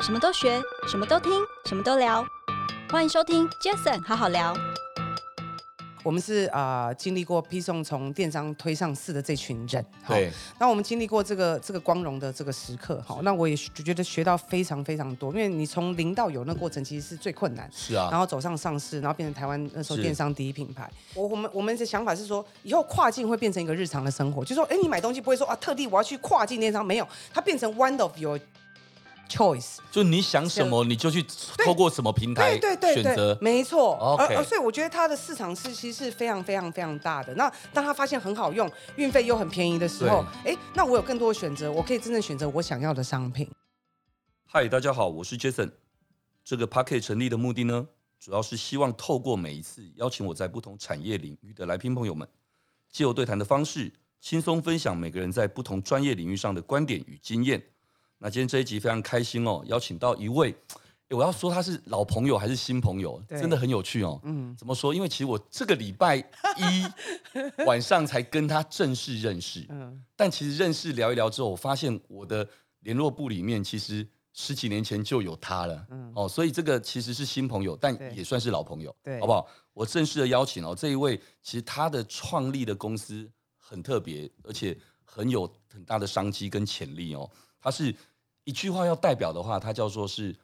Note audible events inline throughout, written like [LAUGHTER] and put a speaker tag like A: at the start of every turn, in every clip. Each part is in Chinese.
A: 什么都学，什么都听，什么都聊。欢迎收听 Jason 好好聊。
B: 我们是啊、呃经历过批送从电商推上市的这群人，好
C: 对，
B: 那我们经历过这个这个光荣的这个时刻，好，那我也学觉得学到非常非常多，因为你从零到有那过程其实是最困难，
C: 是
B: 然
C: 啊，
B: 后走上上市，然后变成台湾那时候
C: 是
B: 电商第一品牌。我我们我们的想法是说，以后跨境会变成一个日常的生活，就说，哎，你买东西不会说啊，特地我要去跨境电商，没有，它变成 one of your choice。
C: 就你想什么你就去透过什么平台
B: 对对对
C: 选
B: 对
C: 择，，
B: 没错。
C: OK
B: 而而所以我觉得它的市场是其实是非常非常非常大的。那当他发现很好用，运费又很便宜的时候，哎，那我有更多的选择，我可以真正选择我想要的商品。
D: 嗨，大家好，我是 Jason。这个 Pocket 成立的目的呢，主要是希望透过每一次邀请我在不同产业领域的来宾朋友们，借由对谈的方式，轻松分享每个人在不同专业领域上的观点与经验。那今天这一集非常开心哦，邀请到一位，诶我要说他是老朋友还是新朋友，
B: 对
C: 真的很有趣哦。
B: 嗯，
C: 怎么说？因为其实我这个礼拜一晚上才跟他正式认识，
B: 嗯
C: 但其实认识聊一聊之后，我发现我的联络部里面其实十几年前就有他了，
B: 嗯
C: 哦，所以这个其实是新朋友，但
B: 对
C: 也算是老朋友，
B: 对
C: 好不好？我正式的邀请哦，这一位其实他的创立的公司很特别，而且很有很大的商机跟潜力哦。它是一句话要代表的话，它叫做是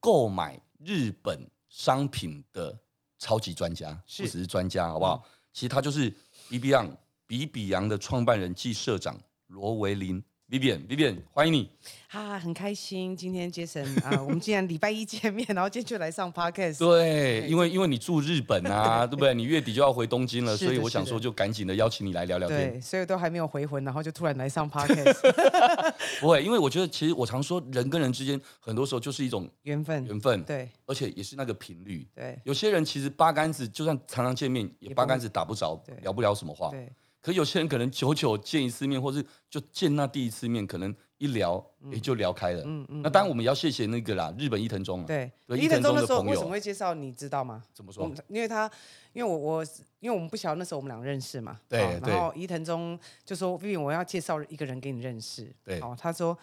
C: 购买日本商品的超级专家，
B: 是嗯
C: 不只是专家，好不好？其实他就是 B B 昂比比昂的创办人暨社长罗维林。Vivian Vivian，欢迎你。
B: 啊，很开心今天杰森
C: [LAUGHS]
B: 啊，我们竟然礼拜一见面，然后今天就来上 podcast。
C: 对，因为因为你住日本
B: [LAUGHS]
C: 啊，对不对？你月底就要回东京了，
B: 是
C: 所
B: 的
C: 以我想
B: 是的
C: 说，就赶紧的邀请你来聊聊天。
B: 对，所以都还没有回魂，然后就突然来上 podcast，
C: [LAUGHS] 不会，因为我觉得其实我常说，人跟人之间很多时候就是一种
B: 缘分。
C: 缘分，
B: 对
C: 而且也是那个频率。
B: 对
C: 有些人其实八竿子，就算常常见面，
B: 也
C: 也
B: 不
C: 八竿子打不着
B: 对，
C: 聊不了什么话。
B: 对，
C: 可有些人可能久久见一次面，或是就见那第一次面，可能一聊也就聊开了。
B: 嗯嗯
C: 那当然我们也要谢谢那个啦，日本伊藤忠啊。
B: 对，
C: 对
B: 伊
C: 伊
B: 藤
C: 藤
B: 忠
C: 忠的
B: 那时候
C: 朋友啊
B: 为什么会介绍你知道吗？
C: 怎么
B: 我
C: 说
B: 们？嗯因为他，因为我我因为我们不晓得那时候我们俩认识嘛，
C: 对
B: 哦
C: 对
B: 然后伊藤忠就说 Vivian 我要介绍一个人给你认识，
C: 对
B: 哦，他说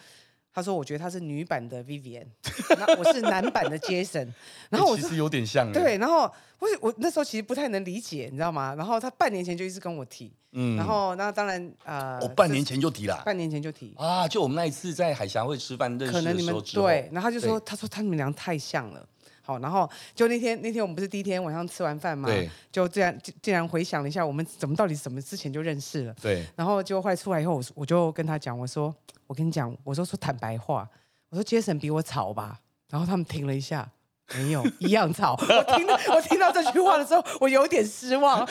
B: 他说我觉得他是女版的 Vivian，那 [LAUGHS] 我是男版的 Jason，然
C: [LAUGHS]
B: 后我
C: 欸
B: 就
C: 其实有点像欸。
B: 对，然后不是我那时候其实不太能理解，你知道吗？然后他半年前就一直跟我提，
C: 嗯
B: 然后那当然呃，
C: 我哦半年
B: 这
C: 前就提啦。
B: 半年前就提，
C: 啊，就我们那一次在海峡会吃饭认
B: 可能
C: 识的
B: 你
C: 时
B: 们
C: 候之后，
B: 对，然后他就说，
C: 对
B: 他说他们俩太像了。好，然后就那天那天我们不是第一天晚上吃完饭嘛
C: 对，
B: 就这样竟竟然回想了一下，我们怎么到底怎么之前就认识了，
C: 对
B: 然后就后来出来以后，我说我就跟他讲，我说我跟你讲，我说说坦白话，我说 Jason 比我吵吧，然后他们停了一下。没有，一样吵。我听到我听到这句话的时候，我有点失望。啊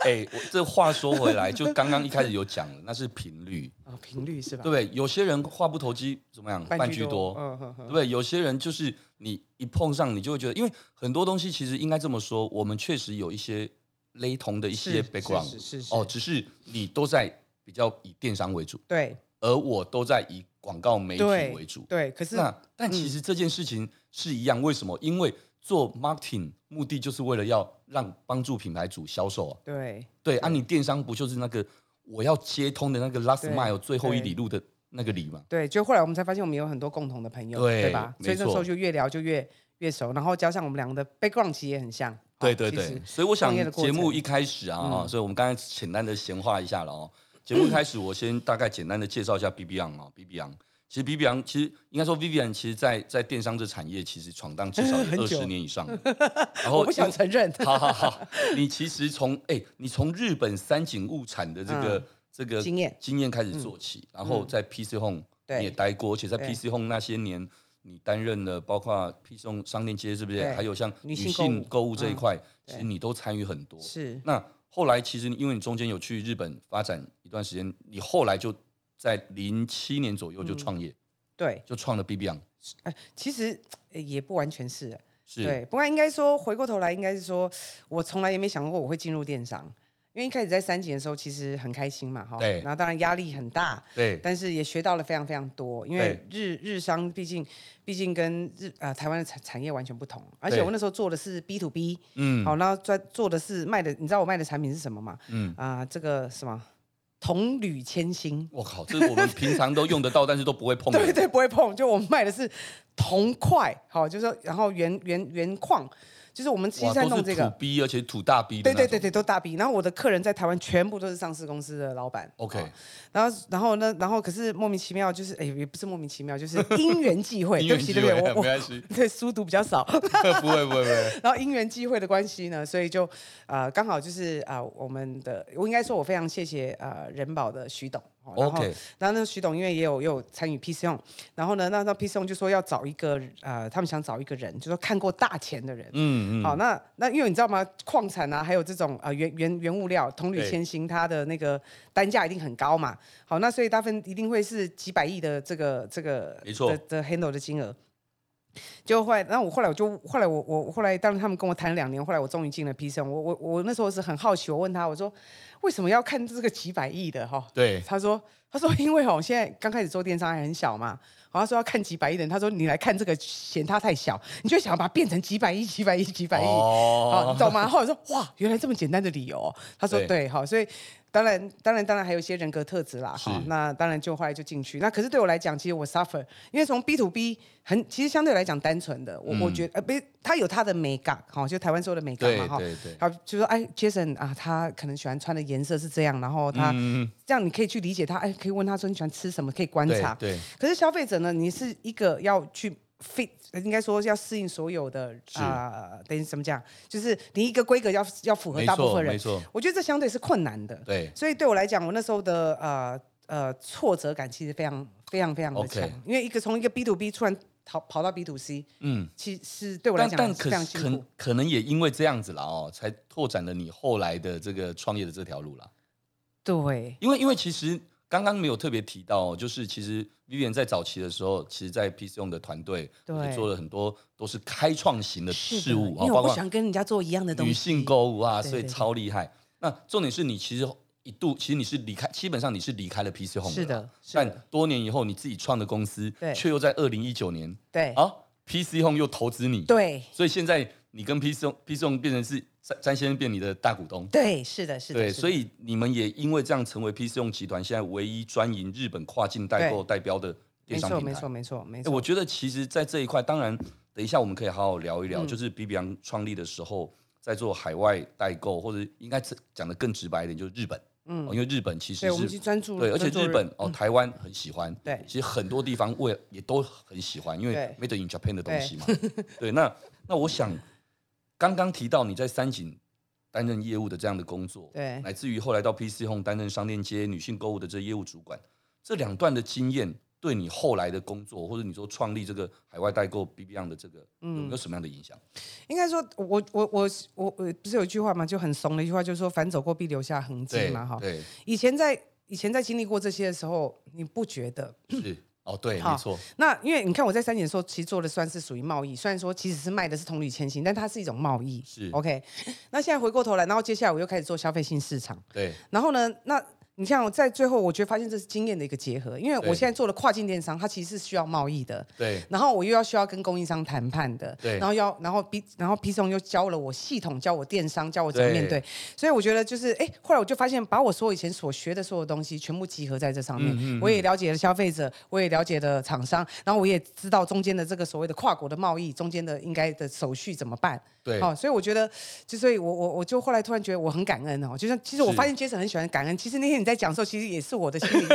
C: 哎、我这话说回来，就刚刚一开始有讲了，那是频率，
B: [LAUGHS] 啊，频率是吧
C: 对不？对？有些人话不投机，怎么样？半句多，
B: 嗯哼
C: 对
B: 哼，
C: 不对？有些人就是你一碰上，你就会觉得，因为很多东西其实应该这么说，我们确实有一些雷同的一些
B: 是
C: background，
B: 是是是
C: 哦，只是你都在比较以电商为主，
B: 对
C: 而我都在以广告媒体
B: 对
C: 为主。
B: 对，可是嗯
C: 那但其实这件事情是一样，为什么？因为做 marketing 目的就是为了要让帮助品牌主销售啊。
B: 对
C: 对啊，你电商不就是那个我要接通的那个 last
B: 对
C: mile 最后一
B: 对
C: 里路的那个里嘛？
B: 对，就后来我们才发现我们有很多共同的朋友，
C: 对
B: 吧？
C: 没
B: 所以那时候
C: 错
B: 就越聊就越越熟，然后加上我们两个的 background 其实也很像。
C: 对
B: 哦
C: 对
B: 其
C: 对
B: 实，
C: 所以我想
B: 创业的过
C: 节目
B: 程
C: 一开始啊，
B: 嗯
C: 哦所以我们刚才简单的闲话一下了哦。节目一开始，我先大概简单的介绍一下 B B on 啊，B B on。其实 B B on 其实应该说 Vivian 其实在在电商这产业其实闯
B: [LAUGHS]
C: 荡至少
B: 很
C: 二
B: 久
C: 十年
B: [LAUGHS]
C: 以上了，然后
B: 我不想
C: 因
B: 承认。
C: [LAUGHS] 好好好，你其实从哎、你从日本三井物产的这个、
B: 嗯
C: 这个
B: 经验嗯
C: 经验开始做起，然后在 PC Home
B: 对
C: 你也待过，而且在
B: 对
C: PC Home 那些年，你担任了包括 PC Home 商店街，是不是？
B: 对
C: 还有像
B: 女
C: 女
B: 性
C: 性
B: 购
C: 购
B: 物
C: 物这一
B: 嗯
C: 块，其
B: 对
C: 实你都参与很多。
B: 是
C: 那后来其实因为你中间有去日本发展一段时间，你后来就在零七年左右就创业，
B: 嗯对，
C: 就创了 B B on，
B: 其实呃也不完全是，对
C: 是。
B: 不过应该说，回过头来，应该是说我从来也没想过我会进入电商，因为一开始在三井的时候，其实很开心嘛，哈。
C: 对
B: 然后当然压力很大，
C: 对
B: 但是也学到了非常非常多，因为日日商毕竟毕竟跟日呃台湾的产产业完全不同，而且
C: 对
B: 我那时候做的是 B to B，
C: 嗯，
B: 好，然后做做的是卖的，你知道我卖的产品是什么吗？嗯
C: 嗯
B: 啊、这个什么铜铝铅锌。
C: 我靠，这是我们平常都用
B: [LAUGHS]
C: 得到，但是都不会碰的。
B: 对对，不会碰。就我们卖的是铜块，好，就是说然后原原原矿，就是我们其实
C: 哇，
B: 在
C: 都
B: 弄
C: 是
B: 这
C: 土
B: 个。
C: 逼，而且土大逼的
B: 对
C: 那
B: 对
C: 种。
B: 对对，都大笔。然后我的客人在台湾全部都是上市公司的老板。哦
C: OK，
B: 然后，然后呢？然后可是莫名其妙，就是哎，也不是莫名其妙，就是因缘际会。
C: [LAUGHS] 因
B: 哦对
C: 缘
B: 不起，
C: 机
B: 对不
C: 会
B: 起，
C: 没
B: 我我
C: 关系， [LAUGHS]
B: 对书读比较少，
C: 不会不会不会。
B: [LAUGHS] 然后因缘际会的关系呢，所以就呃刚好就是啊、呃我们的我应该说我非常谢谢呃人保的徐董。哦然后
C: OK
B: 然后那个徐董因为也有也有参与 PC on，然后呢，那那 PC on 就说要找一个呃，他们想找一个人，就说看过大钱的人。
C: 嗯嗯，
B: 好，那那因为你知道吗？矿产啊，还有这种呃原原原物料，铜铝
C: 对
B: 铅锌，它的那个单价一定很高嘛。好，那所以大部分一定会是几百亿的这个这个
C: 没错
B: 的的 handle 的金额。就后来，那我后来我就后来我我后来，当然他们跟我谈了两年，后来我终于进了 P 生。我我我那时候是很好奇，我问他我说为什么要看这个几百亿的哈？
C: 对，
B: 他说：“他说 [LAUGHS] 因为哦，现在刚开始做电商还很小嘛，好像说要看几百亿人，他说你来看这个嫌它太小，你就想要把它变成几百亿、几百亿、几百亿，好、你
C: 哦，
B: 懂吗？”后来说：“哇，原来这么简单的理由、哦。”他说：“
C: 对
B: 对，好，所以当然，当然，当然还有一些人格特质啦，
C: 是
B: 哈，那当然就后来就进去。那可是对我来讲，其实我 suffer，因为从 B to B 很其实相对来讲单纯的，我、我觉得呃，不，他有他的美感，哈，就台湾说的美感
C: 嗯对
B: 嘛，哈。”
C: 对对，
B: 他就说：“哎，Jason 啊，他可能喜欢穿的颜色是这样，然后他、
C: 嗯，
B: 这样你可以去理解他，哎，可以问他说你喜欢吃什么，可以观
C: 对
B: 察。
C: 对，
B: 可是消费者呢，你是一个要去 fit，呃应该说要适应所有的
C: 是
B: 啊、等于怎么讲，就是你一个规格要要符合
C: 没
B: 大部
C: 错
B: 分
C: 没
B: 人，
C: 错，
B: 我觉得这相对是困难的。
C: 对，
B: 所以对我来讲，我那时候的呃呃挫折感其实非常非常非常的
C: OK
B: 强因为一个从一个 B to B 突然逃跑到 B to C，
C: 嗯。
B: 其实对我来
C: 但
B: 讲
C: 但
B: 是非
C: 可
B: 常
C: 是
B: 辛苦
C: 可。可能也因为这样子啦哦，才拓展了你后来的这个创业的这条路啦。
B: 对，
C: 因为因为其实刚刚没有特别提到哦，就是其实 Vivian 在早期的时候，其实在 PC 用的团队
B: 对
C: 也做了很多都是开创型的
B: 是的
C: 事物
B: 因
C: 啊，
B: 为
C: 包
B: 我不
C: 括
B: 想跟人家做一样的东西。
C: 女性购物啊，
B: 对
C: 所以
B: 对对
C: 超厉害。那重点是你其实一度，其实你是离开，基本上你是离开了 PC Home
B: 是
C: 的啦
B: 的是的
C: 但多年以后，你自己创的公司
B: 对，
C: 却又在二零一九年
B: 对、
C: 啊，PC Home 又投资你，，
B: 对
C: 所以现在你跟 PC Home PC Home 变成是詹詹先生变你的大股东，
B: 对，是的，是的。
C: 对，
B: 是的
C: 所以你们也因为这样成为 PC Home 集团现在唯一专营日本跨境代购代标的
B: 没
C: 电商
B: 错，
C: 平
B: 没
C: 台。
B: 错，没错，没
C: 欸
B: 错。
C: 我觉得其实，在这一块，当然，等一下我们可以好好聊一聊，
B: 嗯
C: 就是 B B 昂创立的时候，在做海外代购，或者应该是讲的更直白一点，就是日本，
B: 嗯
C: 哦因为日本其
B: 对，
C: 实
B: 我们去
C: 是
B: 专注
C: 对，而且
B: 专注
C: 日本哦，
B: 嗯
C: 台湾很喜欢，
B: 对
C: 其实很多地方为也都很喜欢，因为
B: 对
C: Made in Japan 的东西嘛， [LAUGHS] 对，那那我想，刚刚提到你在三井担任业务的这样的工作，
B: 对
C: 乃至于后来到 PC Home 担任商店街女性购物的这业务主管，这两段的经验对你后来的工作，或者你说创立这个海外代购 B B on 的这个，
B: 嗯
C: 有没有什么样的影响？
B: 应该说，我我我我我不是有一句话嘛，就很怂的一句话，就是说“凡走过必留下痕迹”嘛，哈。
C: 对，
B: 以前在以前在经历过这些的时候，你不觉得？ [COUGHS]
C: 是哦，对，
B: 好
C: 没错，
B: 那因为你看我在三点的时候，其实做的算是属于贸易，虽然说其实是卖的是同旅千行，但它是一种贸易。
C: 是
B: OK。那现在回过头来，然后接下来我又开始做消费性市场。
C: 对，
B: 然后呢，那你像我在最后，我觉得发现这是经验的一个结合，因为我
C: 对
B: 现在做的跨境电商，它其实是需要贸易的。
C: 对，
B: 然后我又要需要跟供应商谈判的，
C: 对
B: 然后要，然后 B，然后 P 送又教了我系统，教我电商，教我怎么
C: 对
B: 面对，所以我觉得就是，哎，后来我就发现，把我所有以前所学的所有东西全部集合在这上
C: 嗯
B: 面，我也了解了消费者，我也了解了厂商，然后我也知道中间的这个所谓的跨国的贸易中间的应该的手续怎么办，
C: 对，
B: 哦，所以我觉得，就所以我我我就后来突然觉得我很感恩哦，就像其实我
C: 是
B: 发现 Jason 很喜欢感恩，其实那天你在讲的时候，其实也是我的心
C: [LAUGHS]
B: 里，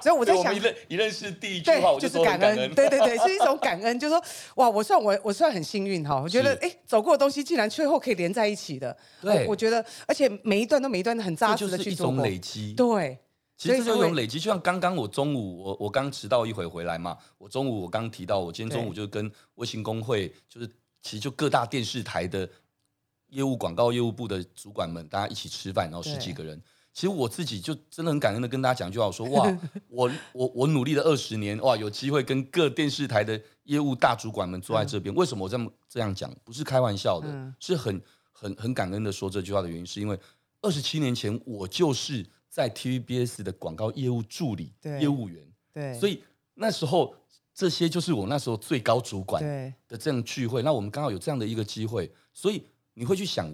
B: 所以我在
C: 对我
B: 想
C: 们一。认一认识第一句
B: 对
C: 话，我，
B: 就是
C: 说我很感
B: 恩，对对对，是一种感恩，就是说，哇，我算我我算很幸运哈，我觉得
C: 是
B: 哎，走过的东西竟然最后可以连在一起的，
C: 对
B: 我我觉得，而且每一段都每一段都很扎
C: 这
B: 实
C: 就
B: 的
C: 是
B: 去
C: 一
B: 做
C: 种
B: 过，
C: 累积，
B: 对，
C: 其实
B: 所
C: 这
B: 以才
C: 就是
B: 会
C: 一种累积，就像刚刚我中午，我我刚迟到一回回来嘛，我中午我刚提到，我今天中午
B: 对
C: 就跟卫星工会，就是其实就各大电视台的业务广告业务部的主管们，大家一起吃饭，然后十几
B: 对
C: 个人。其实我自己就真的很感恩的跟大家讲一句话，我说哇，
B: [LAUGHS]
C: 我我我努力了二十年，哇，有机会跟各电视台的业务大主管们坐在这边，为什么我这么这样讲？不是开玩笑的，
B: 嗯
C: 是很很很感恩的说这句话的原因，是因为二十七年前我就是在 TVBS 的广告业务助理、
B: 对
C: 业务员，
B: 对，
C: 所
B: 以
C: 以那时候这些就是我那时候最高主管
B: 对
C: 的这样聚会。那我们刚好有这样的一个机会，所以你会去想，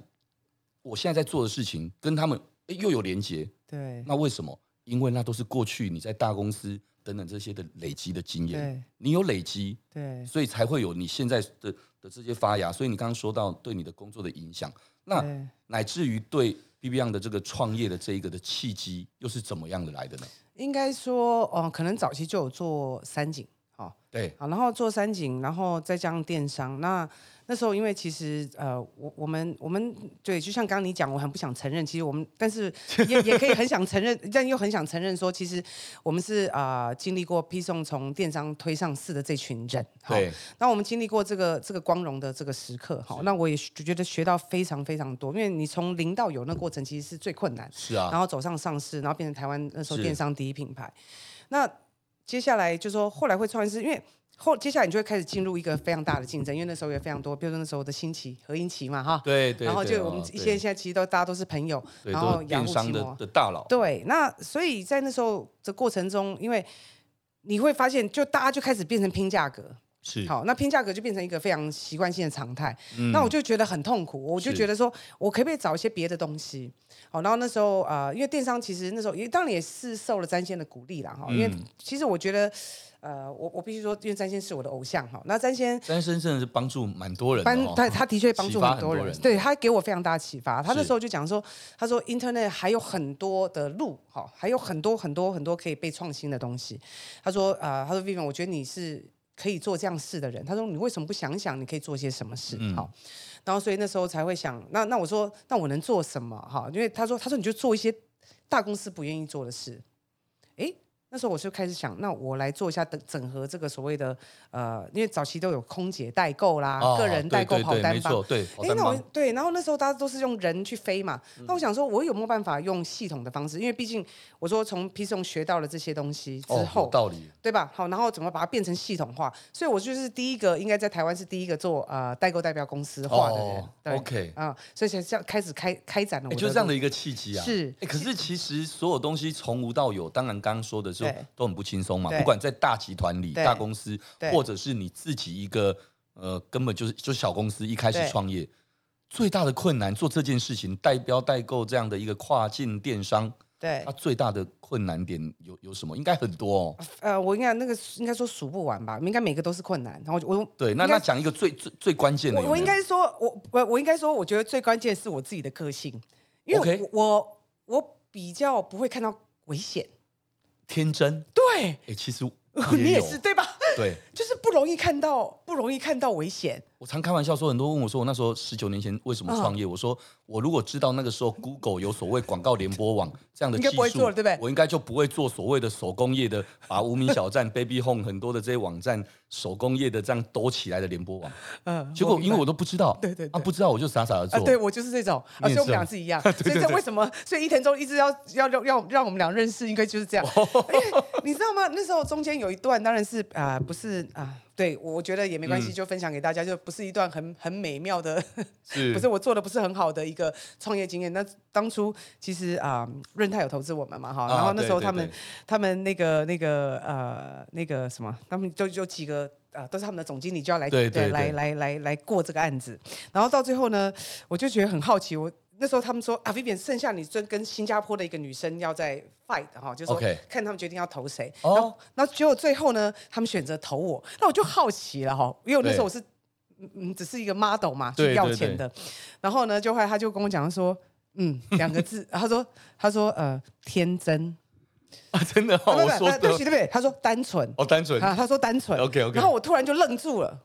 C: 我现在在做的事情跟他们诶又有连结，
B: 对
C: 那为什么？因为那都是过去你在大公司等等这些的累积的经验
B: 对，
C: 你有累积，
B: 对，
C: 所以才会有你现在的的这些发芽。所以你刚刚说到对你的工作的影响，那
B: 对
C: 乃至于对 B B Young 的这个创业的这一个的契机又是怎么样的来的呢？
B: 应该说，哦、可能早期就有做三井，哦，
C: 对，
B: 好，然后做三井，然后再加上电商。那那时候因为其实呃，我我们我们对，就像刚刚你讲，我很不想承认，其实我们，但是也也可以很想承认，但又很想承认说，其实我们是啊、呃经历过批送从电商推上市的这群人。好
C: 对，
B: 那我们经历过这个这个光荣的这个时刻，好，那我也觉得学到非常非常多，因为你从零到有那过程其实是最困难。
C: 是啊，
B: 然后走上上市，然后变成台湾那时候
C: 是
B: 电商第一品牌。那接下来就说后来会创业是因为后接下来你就会开始进入一个非常大的竞争，因为那时候也非常多，比如说那时候的新奇合英奇嘛哈，
C: 对对，
B: 然后
C: 对
B: 就我们
C: 哦
B: 一
C: 对
B: 些现在其实都大家都是朋友，
C: 对
B: 然
C: 都是
B: 后雅
C: 电
B: 虎
C: 商
B: 奇
C: 的
B: 摩，
C: 的大佬，
B: 对，那所以在那时候的过程中，因为你会发现，就大家就开始变成拼价格，
C: 是
B: 好，那拼价格就变成一个非常习惯性的常态。那我就觉得很痛苦，我就是觉得说，我可不可以找一些别的东西？好，然后那时候呃，因为电商其实那时候也当然也是受了詹先的鼓励啦，哈、因为其实我觉得呃，我我必须说，因为詹先是我的偶像哈，那詹先。
C: 詹生真的是帮助蛮多人的
B: 帮
C: 哦，
B: 他他的确帮助
C: 启发
B: 很多
C: 很多
B: 人，
C: 人
B: 对他给我非常大的启发。他那
C: 是
B: 时候就讲说，他说 Internet 还有很多的路，哈，还有很多很多很多可以被创新的东西。他说，呃，他说 Vivian，我觉得你是可以做这样事的人。他说，你为什么不想想你可以做些什么事？
C: 嗯
B: 好，然后所以那时候才会想，那那我说，那我能做什么？哈，因为他说，他说你就做一些大公司不愿意做的事。诶，那时候我就开始想，那我来做一下整整合这个所谓的呃，因为早期都有空姐代购啦、
C: 哦
B: 个人代购
C: 对对
B: 跑
C: 对
B: 单
C: 没
B: 帮
C: 错，。对，跑
B: 诶，
C: 单
B: 那我
C: 帮嗯
B: 对，然后那时候大家都是用人去飞嘛，那我想说，我有没有办法用系统的方式？因为毕竟我说从 P 送学到了这些东西之
C: 哦，
B: 后，
C: 有道理，
B: 对吧？好，然后怎么把它变成系统化？所以我就是第一个，应该在台湾是第一个做呃代购代表公司化的人。
C: 哦
B: 对
C: ，OK
B: 啊、所以才这样开始开开展了我
C: 诶
B: 的路、
C: 就这样的一个契机啊。
B: 是
C: 诶可是其实所有东西从无到有，当然刚刚说的是
B: 对
C: 都很不轻松嘛。
B: 对
C: 不管在大集团里、
B: 对
C: 大公司，
B: 对
C: 或者是你自己一个呃，根本就是就小公司一开始
B: 对
C: 创业，最大的困难做这件事情，代标代购这样的一个跨境电商，
B: 对
C: 它，最大的困难点有有什么？应该很多哦。
B: 呃，我应该那个应该说数不完吧，应该每个都是困难。然后我就我
C: 对，那
B: 应该
C: 那讲一个最最最关键的有没有，
B: 我我应该说，我我我应该说，我觉得最关键是我自己的个性，因
C: OK
B: 为我我我比较不会看到危险。
C: 天真。
B: 对，
C: 哎，其实
B: [LAUGHS] 你也
C: 有
B: 是对吧？ [LAUGHS]
C: 对。
B: 就是不容易看到，不容易看到危险。
C: 我常开玩笑说，很多人问我说，我那时候十九年前为什
B: 嗯
C: 么创业？我说，我如果知道那个时候 Google 有所谓广告联播网这样的
B: 应
C: 技
B: 该
C: 术，
B: 不会做了对不对
C: 我应该就不会做所谓的手工业的，把无名小
B: [LAUGHS]
C: 站、Baby Home 很多的这些网站手工业的这样抖起来的联播网。
B: 嗯，
C: 结果
B: 明
C: 因为
B: 白
C: 我都不知道，
B: 对对对
C: 啊，不知道我就傻傻的
B: 啊，
C: 做。
B: 对我就是这种，啊，所
C: 你
B: 以
C: 也是
B: 我们俩
C: 哦
B: 是一
C: [LAUGHS]
B: 样，所以这为什么？所以伊藤忠一直要要要要让我们俩认识，应该就是这样。
C: 哦
B: 因为你知道吗？那时候中间有一段，当然是啊、不是啊、对我觉得也没关
C: 嗯
B: 系，就分享给大家，就不是一段很很美妙的，
C: 是
B: 不是我做的不是很好的一个创业经验。那当初其实啊、润泰有投资我们嘛，哈，
C: 啊
B: 然后那时候
C: 对对
B: 他们
C: 对
B: 他们那个那个呃那个什么，他们就有几个啊、都是他们的总经理就要来
C: 对对
B: 来
C: 对
B: 来来来过这个案子，然后到最后呢，我就觉得很好奇，我那时候他们说啊，Vivian 剩下你就跟新加坡的一个女生要在 fight 哈，就说
C: OK
B: 看他们决定要投谁，
C: 哦
B: 然后然后结果最后呢，他们选择投我，那我就好奇了哈，因为我那时候我是嗯嗯只是一个 model 嘛，
C: 对
B: 去
C: 对
B: 要
C: 对
B: 钱的，然后呢，就后来他就跟我讲说。嗯，两个字， [LAUGHS] 他说，他说，呃，天真，
C: [LAUGHS] 啊，真的
B: [LAUGHS] 啊
C: 哦，我
B: 不不
C: 说
B: 不对不
C: 的
B: 起，对不起，他说单纯，
C: 哦，单纯
B: 啊，他说单纯
C: OK，OK
B: 然后我突然就愣住了，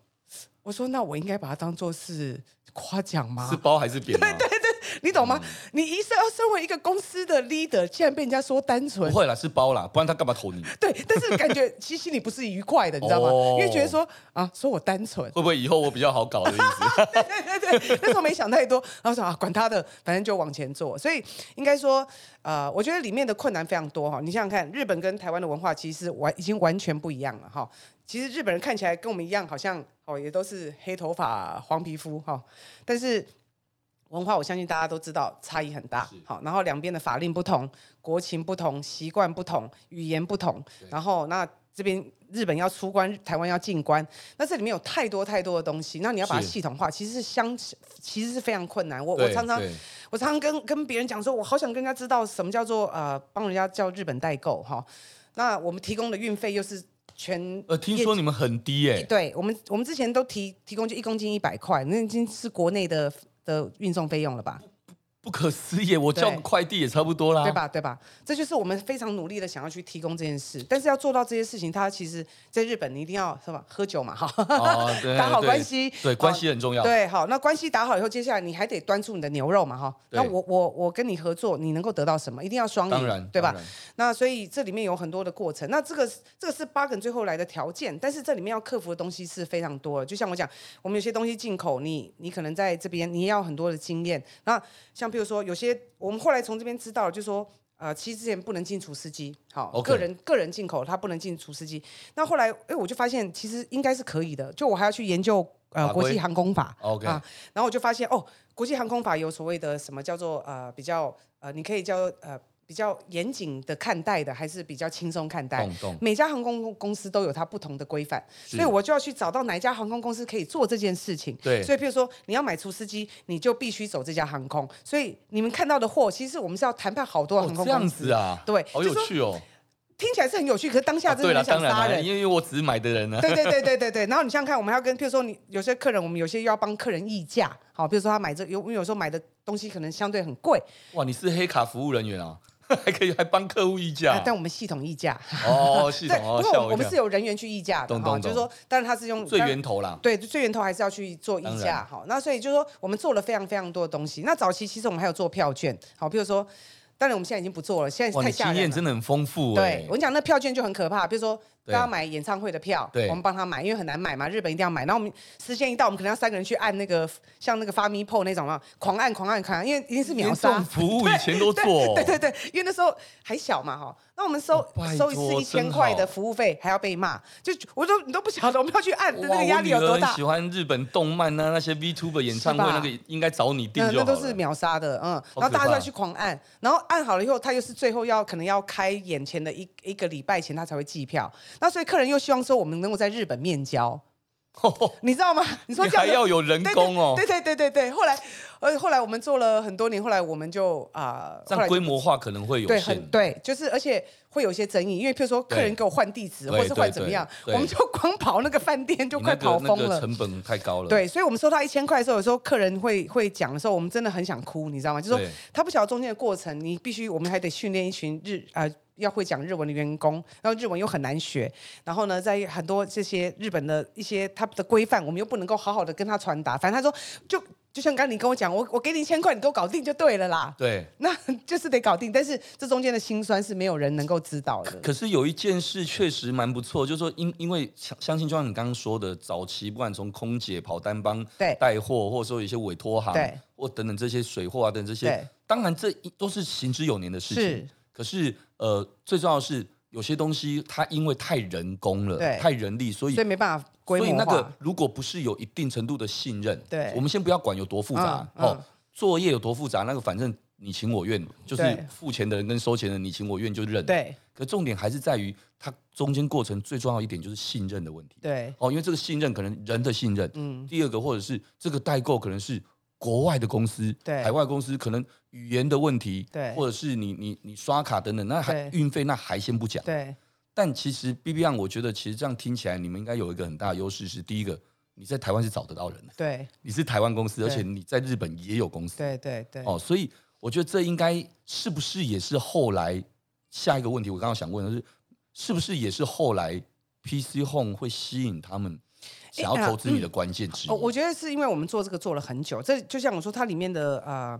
B: 我说那我应该把它当做是夸奖吗
C: 是？包还是扁吗？啊
B: 你懂吗？你一生要身为一个公司的 leader，竟然被人家说单
C: 不
B: 纯，
C: 会啦，是包啦，不然他干嘛投你？
B: 对，但是感觉其实心里不是愉快的，你知道吗？
C: 哦
B: 因为觉得说啊，说我单纯，
C: 会不会以后我比较好搞的意思？
B: 对对对，那时候没想太多，然后说啊，管他的，反正就往前做。所以应该说，呃，我觉得里面的困难非常多哈。你想想看，日本跟台湾的文化其实完已经完全不一样了哈。其实日本人看起来跟我们一样，好像哦也都是黑头发、黄皮肤哈，但是。文化我相信大家都知道差异很大，好，然后两边的法令不同，国情不同，习惯不同，语言不同，然后那这边日本要出关，台湾要进关，那这里面有太多太多的东西，那你要把它
C: 是
B: 系统化，其实是相其实是非常困难。 [LAUGHS] 我我
C: 对
B: 常常
C: 对
B: 我常常跟跟别人讲说，我好想跟人家知道什么叫做呃，帮人家叫日本代购哈。那我们提供的运费又是全
C: 呃，听说你们很低哎、
B: 对我们我们之前都提提供就一公斤一百块，那已经是国内的的运送费用了吧？
C: 不可思议！我叫
B: 对
C: 个快递也差不多啦，
B: 对？吧？对吧？这就是我们非常努力的想要去提供这件事，但是要做到这些事情，它其实在日本你一定要什么喝酒嘛，哈，
C: [LAUGHS] 哦，对，
B: 打好
C: 对
B: 关系哦
C: 对，关系很重要。
B: 对，好，那关系打好以后，接下来你还得端出你的牛肉嘛，哈。那
C: 对
B: 我我我跟你合作，你能够得到什么？一定要双赢，
C: 当然，
B: 对吧
C: 当？然？
B: 那所以这里面有很多的过程，那这个是这个是八梗最后来的条件，但是这里面要克服的东西是非常多的。就像我讲，我们有些东西进口，你你可能在这边你也要很多的经验。那像比如说有些我们后来从这边知道，就说。呃，其实之前不能进厨师机，好
C: OK
B: 个人个人进口它不能进厨师机。那后来，哎，我就发现其实应该是可以的，就我还要去研究呃
C: 法
B: 国
C: 规
B: 际航空法
C: OK
B: 啊，然后我就发现哦，国际航空法有所谓的什么叫做呃比较呃，你可以叫呃比较严谨的看待的，还是比较轻松看待
C: 懂。懂，
B: 每家航空公司都有它不同的规范，
C: 是
B: 所以我就要去找到哪一家航空公司可以做这件事情。
C: 对
B: 所以譬如说你要买厨师机，你就必须走这家航空。所以你们看到的货，其实我们是要谈判好多
C: 哦
B: 航，空
C: 这
B: 公
C: 样
B: 司
C: 子。啊，
B: 对
C: 好
B: 就
C: 有
B: 说
C: 趣哦。
B: 听起来是很有趣，可是当下
C: 啊
B: 真
C: 对
B: 的很
C: 了，
B: 想
C: 当然
B: 杀
C: 啦，
B: 人。
C: 因为我只是买的人啊
B: [LAUGHS]
C: 呢。
B: 对对对对对对。然后你想想看，我们还要跟，譬如说你有些客人，我们有些要帮客人议价，好，比如说他买这有，因为有时候买的东西可能相对很贵，
C: 哇，你是黑卡服务人员啊， [LAUGHS] 还可以还帮客户议
B: 啊
C: 价
B: 但我们系统议价，
C: 哦，系
B: 对，
C: 统哦，
B: 不
C: 吓
B: 过我
C: 我
B: 我
C: 一
B: 们是
C: 跳。
B: 有人员去议价的
C: 懂
B: 哈，
C: 懂
B: 就是
C: 懂
B: 说，但是他是用
C: 最
B: 当
C: 源头啦，
B: 对，最源头还是要去做议
C: 当
B: 价
C: 然
B: 好，那所以就是说，我们做了非常非常多的东西。那早期其实我们还有做票券，好，比如说，当然我们现在已经不做了，现在
C: 哇，
B: 太
C: 你
B: 吓
C: 经
B: 人
C: 验
B: 了。
C: 真的很丰富
B: 对
C: 哎，。
B: 我讲那票券就很可怕，比如说大
C: 对
B: 家买演唱会的票，
C: 对
B: 我们帮他买，因为很难买嘛，日本一定要买。然后我们时间一到，我们可能要三个人去按那个像那个发咪 po 那种啊，狂按狂按狂按，因为一定是秒
C: 连这
B: 杀
C: 种。服务以前都做，
B: 对对对，因为那时候还小嘛哈，那我们收、
C: 哦拜
B: 收一次
C: 托
B: 一千
C: 真
B: 块的
C: 好
B: 服务费，还要被骂，就我都你都不晓得我们要去按，那
C: 哇，
B: 个
C: 我
B: 压力
C: 女
B: 有
C: 儿
B: 多
C: 很
B: 大
C: 喜？欢日本动漫啊，那些 VTuber 演唱会
B: 是吧
C: 那个应该找你订
B: 那那
C: 就好
B: 都是
C: 了。
B: 秒杀的，嗯，
C: 好
B: 然后大家
C: 可
B: 就
C: 怕
B: 要去狂按，然后按好了以后，他又是最后要可能要开演前的一一个礼拜前他才会寄票，那所以客人又希望说我们能够在日本面交，你知道吗？你说
C: 你
B: 这样
C: 还
B: 子
C: 要有人
B: 对对
C: 工哦，
B: 对对对对对，后来呃后来我们做了很多年，后来我们就啊，
C: 这
B: 后来
C: 样
B: 就
C: 规模化可能会有
B: 对，
C: 限
B: 很。对，就是而且会有一些争议，因为譬如说客人
C: 对
B: 给我换地址，
C: 对
B: 或者是换怎么
C: 对
B: 样，我
C: 对
B: 们就 [LAUGHS] 光跑那个饭店就
C: 你
B: 快
C: 那
B: 跑
C: 个
B: 疯
C: 那个
B: 了。
C: 成本太高了。
B: 对，所以我们收到一千块的时候，有时候客人会会讲的时候，我们真的很想哭，你知道吗？就说
C: 对
B: 他不晓得中间的过程，你必须我们还得训练一群日啊、要会讲日文的员工，然后日文又很难学，然后呢，在很多这些日本的一些他的规范，我们又不能够好好的跟他传达。反正他说就。就像刚刚你跟我讲，我我给你一千块，你给我搞定就对了啦。 [LAUGHS]
C: 对，
B: 那就是得搞定，但是这中间的辛酸是没有人能够知道的。
C: 可是有一件事确实蛮不错，就是说因因为相相信，就像你刚刚说的，早期不管从空姐跑单帮
B: 对
C: 带货，或者说有一些委托行
B: 对
C: 或等等这些水货啊等等这
B: 对
C: 些，当然这一都是行之有年的事
B: 是
C: 情。可是呃，最重要的是有些东西它因为太人工了
B: 对，
C: 太人力，所以
B: 所以没办法规
C: 所以
B: 模
C: 那
B: 化。
C: 个如果不是有一定程度的信任，
B: 对
C: 我们先不要管有多复杂、
B: 嗯
C: 哦
B: 嗯，
C: 作业有多复杂，那个反正你情我愿，就
B: 对
C: 是付钱的人跟收钱的人你情我愿就认。，
B: 对
C: 可重点还是在于它中间过程最重要一点就是信任的问题。
B: 对
C: 哦，因为这个信任可能人的信任，
B: 嗯
C: 第二个或者是这个代购可能是国外的公司，
B: 对
C: 海外公司可能语言的问题，
B: 对
C: 或者是你你你刷卡等等，那还
B: 对
C: 运费那还先不讲，
B: 对
C: 但其实 B B 案，我觉得其实这样听起来，你们应该有一个很大的优势是，第一个，你在台湾是找得到人的，
B: 对
C: 你是台湾公司，
B: 对
C: 而且你在日本也有公司，
B: 对对对。
C: 哦，所以我觉得这应该是不是也是后来下一个问题，我刚刚想问的是，是不是也是后来 P C Home 会吸引他们想
B: 诶
C: 要
B: 啊
C: 投资你的关键之一？
B: 哦，我觉得是因为我们做这个做了很久，这就像我说，它里面的呃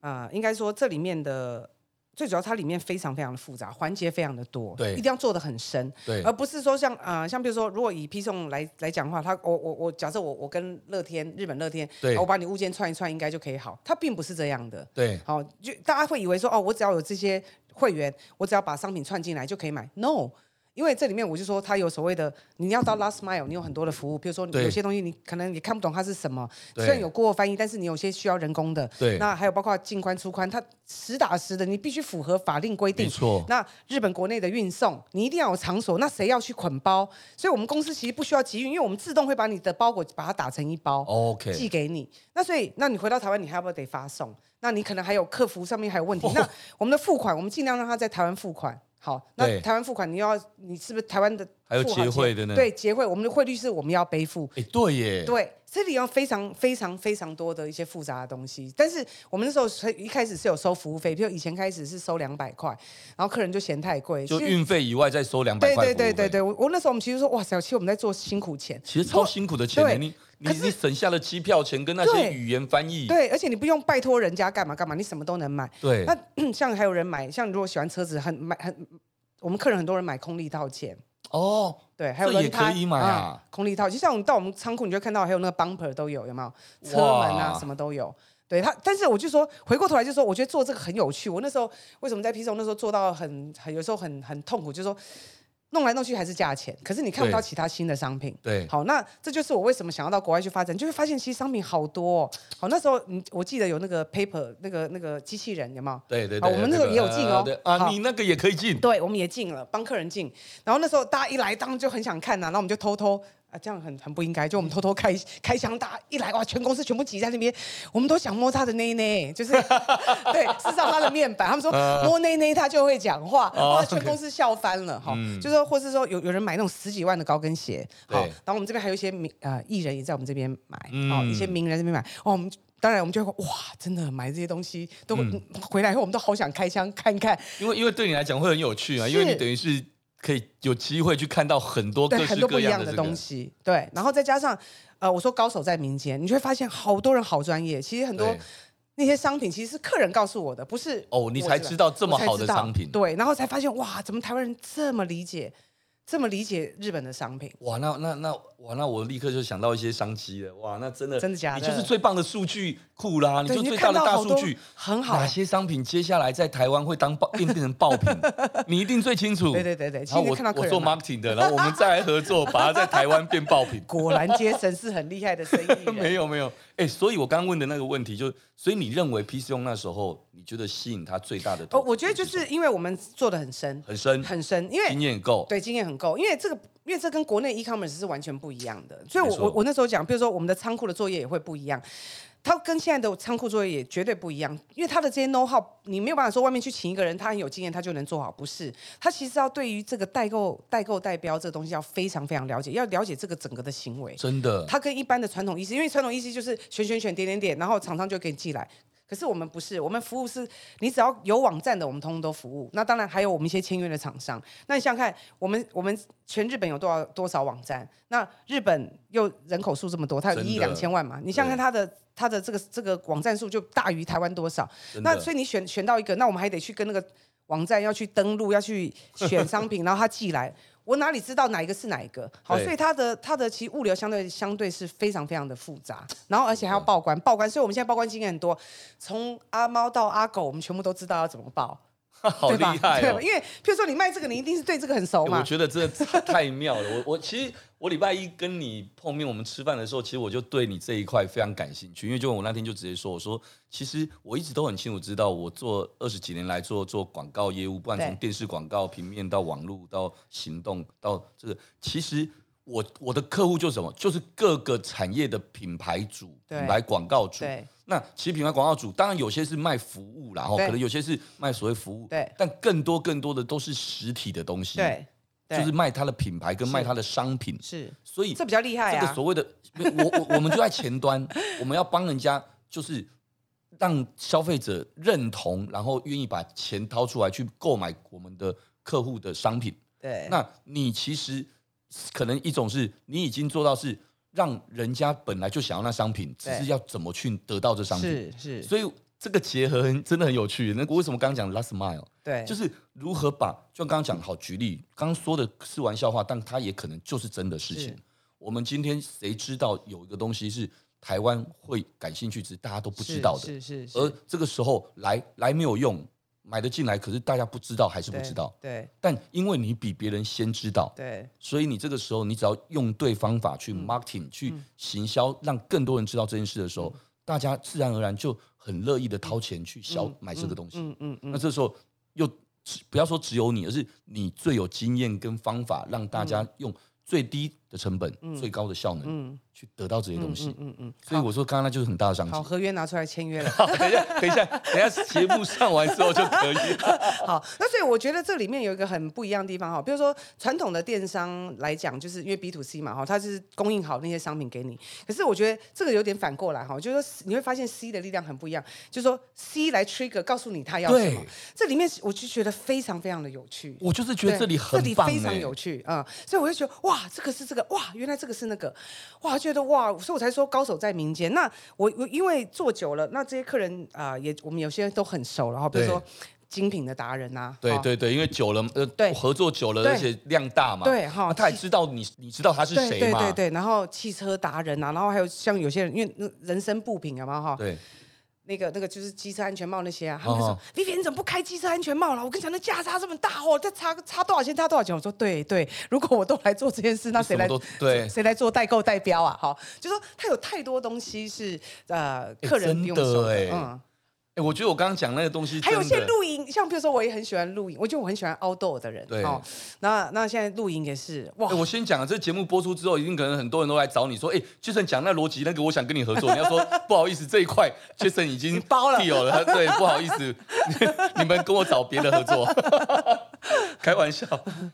B: 呃，应该说这里面的最主要，它里面非常非常的复杂，环节非常的多，
C: 对
B: 一定要做的很深，
C: 对
B: 而不是说像啊、呃像比如说，如果以批送来来讲的话，他我我我假设我我跟乐天日本乐天，
C: 对
B: 我把你物件串一串，应该就可以好，它并不是这样的，
C: 对
B: 好，就大家会以为说哦，我只要有这些会员，我只要把商品串进来就可以买。No，因为这里面我就说，它有所谓的，你要到 last mile，你有很多的服务，比如说
C: 对
B: 有些东西你可能也看不懂它是什么，
C: 对
B: 虽然有 Google 翻译，但是你有些需要人工的。
C: 对
B: 那还有包括进宽出宽，它实打实的，你必须符合法令规定
C: 没。错，
B: 那日本国内的运送，你一定要有场所，那谁要去捆包？所以我们公司其实不需要集运，因为我们自动会把你的包裹把它打成一包。寄
C: OK，
B: 给你。那所以，那你回到台湾，你还要不要得发送？那你可能还有客服上面还有问
C: 哦
B: 题。那我们的付款，我们尽量让他在台湾付款。好，
C: 对
B: 那台湾付款，你要你是不是台湾的
C: 还有
B: 付好
C: 结汇
B: 钱
C: 的呢
B: 对，结汇，我们的汇率是我们要背负。
C: 哎，对耶，
B: 对，这里要非常非常非常多的一些复杂的东西。但是我们那时候是一开始是有收服务费，比如以前开始是收两百块，然后客人就嫌太贵，
C: 就
B: 其实
C: 运费以外再收两百
B: 对
C: 块，
B: 对对对对，，我我那时候我们其实说哇塞，其实我们在做辛苦钱，
C: 其实超辛苦的钱呢，
B: 对
C: 你你
B: 可是
C: 你省下了机票钱跟那些
B: 对
C: 语言翻译，
B: 对，而且你不用拜托人家干嘛干嘛，你什么都能买。
C: 对
B: 那像还有人买，像如果喜欢车子，很买很，我们客人很多人买空力套件，
C: 哦，
B: 对，还有
C: 这也
B: 轮胎
C: 可以买啊
B: 空力套，就像我们到我们仓库，你就看到还有那个 bumper 都有，有没有？车门啊
C: 哇
B: 什么都有。对他，但是我就说，回过头来就说，我觉得做这个很有趣。我那时候为什么在 P 总那时候做到很很有时候很很痛苦，就是说弄来弄去还是价钱，可是你看不到
C: 对
B: 其他新的商品。
C: 对，
B: 好，那这就是我为什么想要到国外去发展，就会发现其实商品好多、哦。好，那时候你我记得有那个 paper 那个那个机器人，有没有？
C: 对对
B: 好
C: 对，
B: 我们那个也有进哦
C: 对啊，
B: 好
C: 你那个也可以进，
B: 对，我们也进了，帮客人进。然后那时候大家一来，当然就很想看呐、然后我们就偷偷啊，这样很很不应该，就我们偷偷
C: [LAUGHS]
B: 开开箱，大家一来哇，全公司全部挤在那边，我们都想摸他的内内，
C: [LAUGHS]
B: 就是对，至少他的面板。他们说
C: 嗯
B: 摸内内他就会讲话，
C: 哦
B: 哇，全公司笑翻了哈。就说或是说有有人买那种十几万的高跟鞋，好，
C: 嗯对
B: 然后我们这边还有一些名呃艺人也在我们这边买，
C: 嗯
B: 哦，一些名人这边买，哦，我们就。当然，我们就会哇，真的买这些东西都、
C: 嗯
B: 回来以后，我们都好想开箱看看，
C: 因为因为对你来讲会很有趣啊，
B: 是
C: 因为你等于是可以有机会去看到很多各
B: 对很
C: 式
B: 多
C: 各
B: 不一
C: 样
B: 样
C: 的
B: 的
C: 这
B: 东
C: 个。
B: 西，对，然后再加上呃，我说高手在民间，你就会发现好多人好专业，其实很多
C: 对
B: 那些商品其实是客人告诉我的，不是
C: 哦，你
B: 我
C: 才
B: 知
C: 知
B: 道
C: 道这么
B: 我才
C: 好
B: 知
C: 的
B: 道
C: 商品，
B: 对，然后才发现哇，怎么台湾人这么理解，这么理解日本的商品，
C: 哇，那那那哇，那我立刻就想到一些商机了，哇，那真的
B: 真的假的
C: 你就是最棒的数据库啦，啊你
B: 对
C: 就
B: 你
C: 最大
B: 看
C: 的
B: 到
C: 大
B: 好
C: 数
B: 多
C: 据。
B: 很好
C: 哪，些商品接下来在台湾会
B: [LAUGHS]
C: 当爆变变成爆品？你一定最清楚。
B: 对对对对其实
C: 然后
B: 你
C: 我
B: 看到客
C: 我
B: 人
C: 做
B: 嘛
C: marketing 的，然后我们再来合作，把它在台湾变爆
B: [LAUGHS]
C: 品。
B: [LAUGHS]
C: [LAUGHS]
B: 果然杰森是很厉害的生意人，
C: 没有没有，哎、所以我刚刚问的那个问题就，所以你认为 PC 用那时候，你觉得吸引他最大的投
B: 哦，
C: 资
B: 我觉得就
C: 什
B: 是
C: 么
B: 因为我们做的很深，
C: 很深，
B: 很深，因为
C: 经验也够，
B: 对，经验很够，因为这个，因为这跟国内 e-commerce 是完全不一样的，所以我
C: 没错
B: 我我那时候讲，比如说我们的仓库的作业也会不一样，它跟现在的仓库作业也绝对不一样，因为它的这些 know how，你没有办法说外面去请一个人，他很有经验，他就能做好，不是？他其实要对于这个代购、代购代标这个东西要非常非常了解，要了解这个整个的行为，
C: 真的，
B: 它跟一般的传统医师，因为传统医师就是选选选点点点，然后厂商就给你寄来。可是我们不是，我们服务是你只要有网站的，我们通通都服务。那当然还有我们一些签约的厂商。那你想想看，我们我们全日本有多少多少网站？那日本又人口数这么多，它有
C: 真的
B: 一亿两千万嘛？你想想看它的它的这个这个网站数就大于台湾多少？
C: 真的
B: 那所以你选选到一个，那我们还得去跟那个网站要去登录，要去选商品，然后他寄来，我哪里知道哪一个是哪一个？好，
C: 对
B: 所以它的它的其实物流相对相对是非常非常的复杂，然后而且还要报关，报关，所以我们现在报关经验很多，从阿猫到阿狗，我们全部都知道要怎么报，
C: 好
B: 对
C: 厉
B: 吧？
C: 害、
B: 对
C: 哦
B: 吧？因为譬如说你卖这个，你一定是对这个很熟
C: 欸
B: 嘛
C: 我。觉得真的太 [LAUGHS] 妙了。我我其实我礼拜一跟你碰面，我们吃饭的时候，其实我就对你这一块非常感兴趣，因为就我那天就直接说，我说其实我一直都很清楚知道，我做二十几年来做做广告业务，不管
B: 对
C: 从电视广告、平面到网络到行动到这个，其实。我我的客户就是什么？就是各个产业的品牌主、
B: 对
C: 品牌广告主。
B: 对
C: 那其实品牌广告主，当然有些是卖服务啦，然后
B: 对
C: 可能有些是卖所谓服务，
B: 对
C: 但更多更多的都是实体的东西。
B: 对，对
C: 就是卖它的品牌跟卖它的商品，
B: 是
C: 所以
B: 这比较厉害
C: 这个
B: 啊
C: 所。谓的，我我我们就在前
B: [LAUGHS]
C: 端，我们要帮人家就是让消费者认同，然后愿意把钱掏出来去购买我们的客户的商品。
B: 对，
C: 那你其实可能一种是你已经做到是让人家本来就想要那商品，只
B: 对
C: 是要怎么去得到这商品。
B: 是是，
C: 所以这个结合很真的很有趣。那为什么刚刚讲 last mile？
B: 对，
C: 就是如何把，就刚刚讲好举例，刚刚说的是玩笑话，但它也可能就是真的事情
B: 是。
C: 我们今天谁知道有一个东西是台湾会感兴趣，只是大家都不知道的，
B: 是是是，
C: 而这个时候来来没有用，买得进来，可是大家不知道还是不
B: 对
C: 知道。
B: 对
C: 但因为你比别人先知道，
B: 对嗯
C: 所以你这个时候你只要用对方法去 marketing、去行销，让更多人知道这件事的时
B: 嗯
C: 候，大家自然而然就很乐意的掏钱去消、买这个东西。
B: 嗯嗯嗯
C: 那这时候又只不要说只有你，而是你最有经验跟方法，让大家用最低的成本、最高的效能、
B: 嗯
C: 去得到这些东西。
B: 嗯嗯嗯，
C: 所以我说，刚刚那就是很大的商机
B: 好，。合约拿出来签约了。
C: [LAUGHS] 等一下，等一下，等一下，节目上完之后就可以了。
B: 好，那所以我觉得这里面有一个很不一样的地方哈，比如说传统的电商来讲，就是因为 B to C 嘛哈，它是供应好那些商品给你。可是我觉得这个有点反过来哈，就是说你会发现 C 的力量很不一样，就是说 C 来 trigger 告诉你他要什么
C: 对。
B: 这里面我就觉得非常非常的有趣。
C: 我就是觉得
B: 对
C: 这里很
B: 这里
C: 棒、欸，
B: 非常有趣啊、嗯所以我就觉得哇，这个是这个哇，原来这个是那个哇，觉得哇，所以我才说高手在民间。那我我因为做久了，那这些客人啊、也我们有些都很熟了哈，比如
C: 对
B: 说精品的达人啊，
C: 对
B: 哈
C: 对对，因为久了，呃，
B: 对
C: 合作久了，
B: 对
C: 而且量大嘛，
B: 对哈
C: 啊他也
B: 其
C: 知道你，你知道他是
B: 对
C: 谁
B: 对
C: 嘛，
B: 对对，然后汽车达人啊，然后还有像有些人，因为那人生不平啊嘛哈，
C: 对
B: 那个那个就是机车安全帽那些啊，他们就
C: 哦
B: 说
C: 哦
B: Vivi 你怎么不开机车安全帽了？我跟你讲，那价差这么大哦，这差差多少钱？差多少钱？我说对对，如果我都来做这件事，那谁
C: 什么
B: 来
C: 都对
B: 谁来做代购代标啊？哈，就说他有太多东西是呃
C: 诶
B: 客人
C: 哎真
B: 不用说
C: 的诶
B: 嗯，
C: 哎，我觉得我刚刚讲那个东西真的，
B: 还有一些露营，像比如说我也很喜欢露营，我觉得我很喜欢 outdoor 的人
C: 对
B: 哦，那那现在露营也是哇
C: 诶。我先讲啊，这节目播出之后，一定可能很多人都来找你说，哎，Jason 讲那逻辑那个，我想跟你合
B: [LAUGHS]
C: 作。你要说不好意思，这一块 Jason 已经
B: 包
C: [LAUGHS]
B: 了
C: deal 了，对，不好意思， [LAUGHS] 你们跟我找别的合作， [LAUGHS] 开玩笑。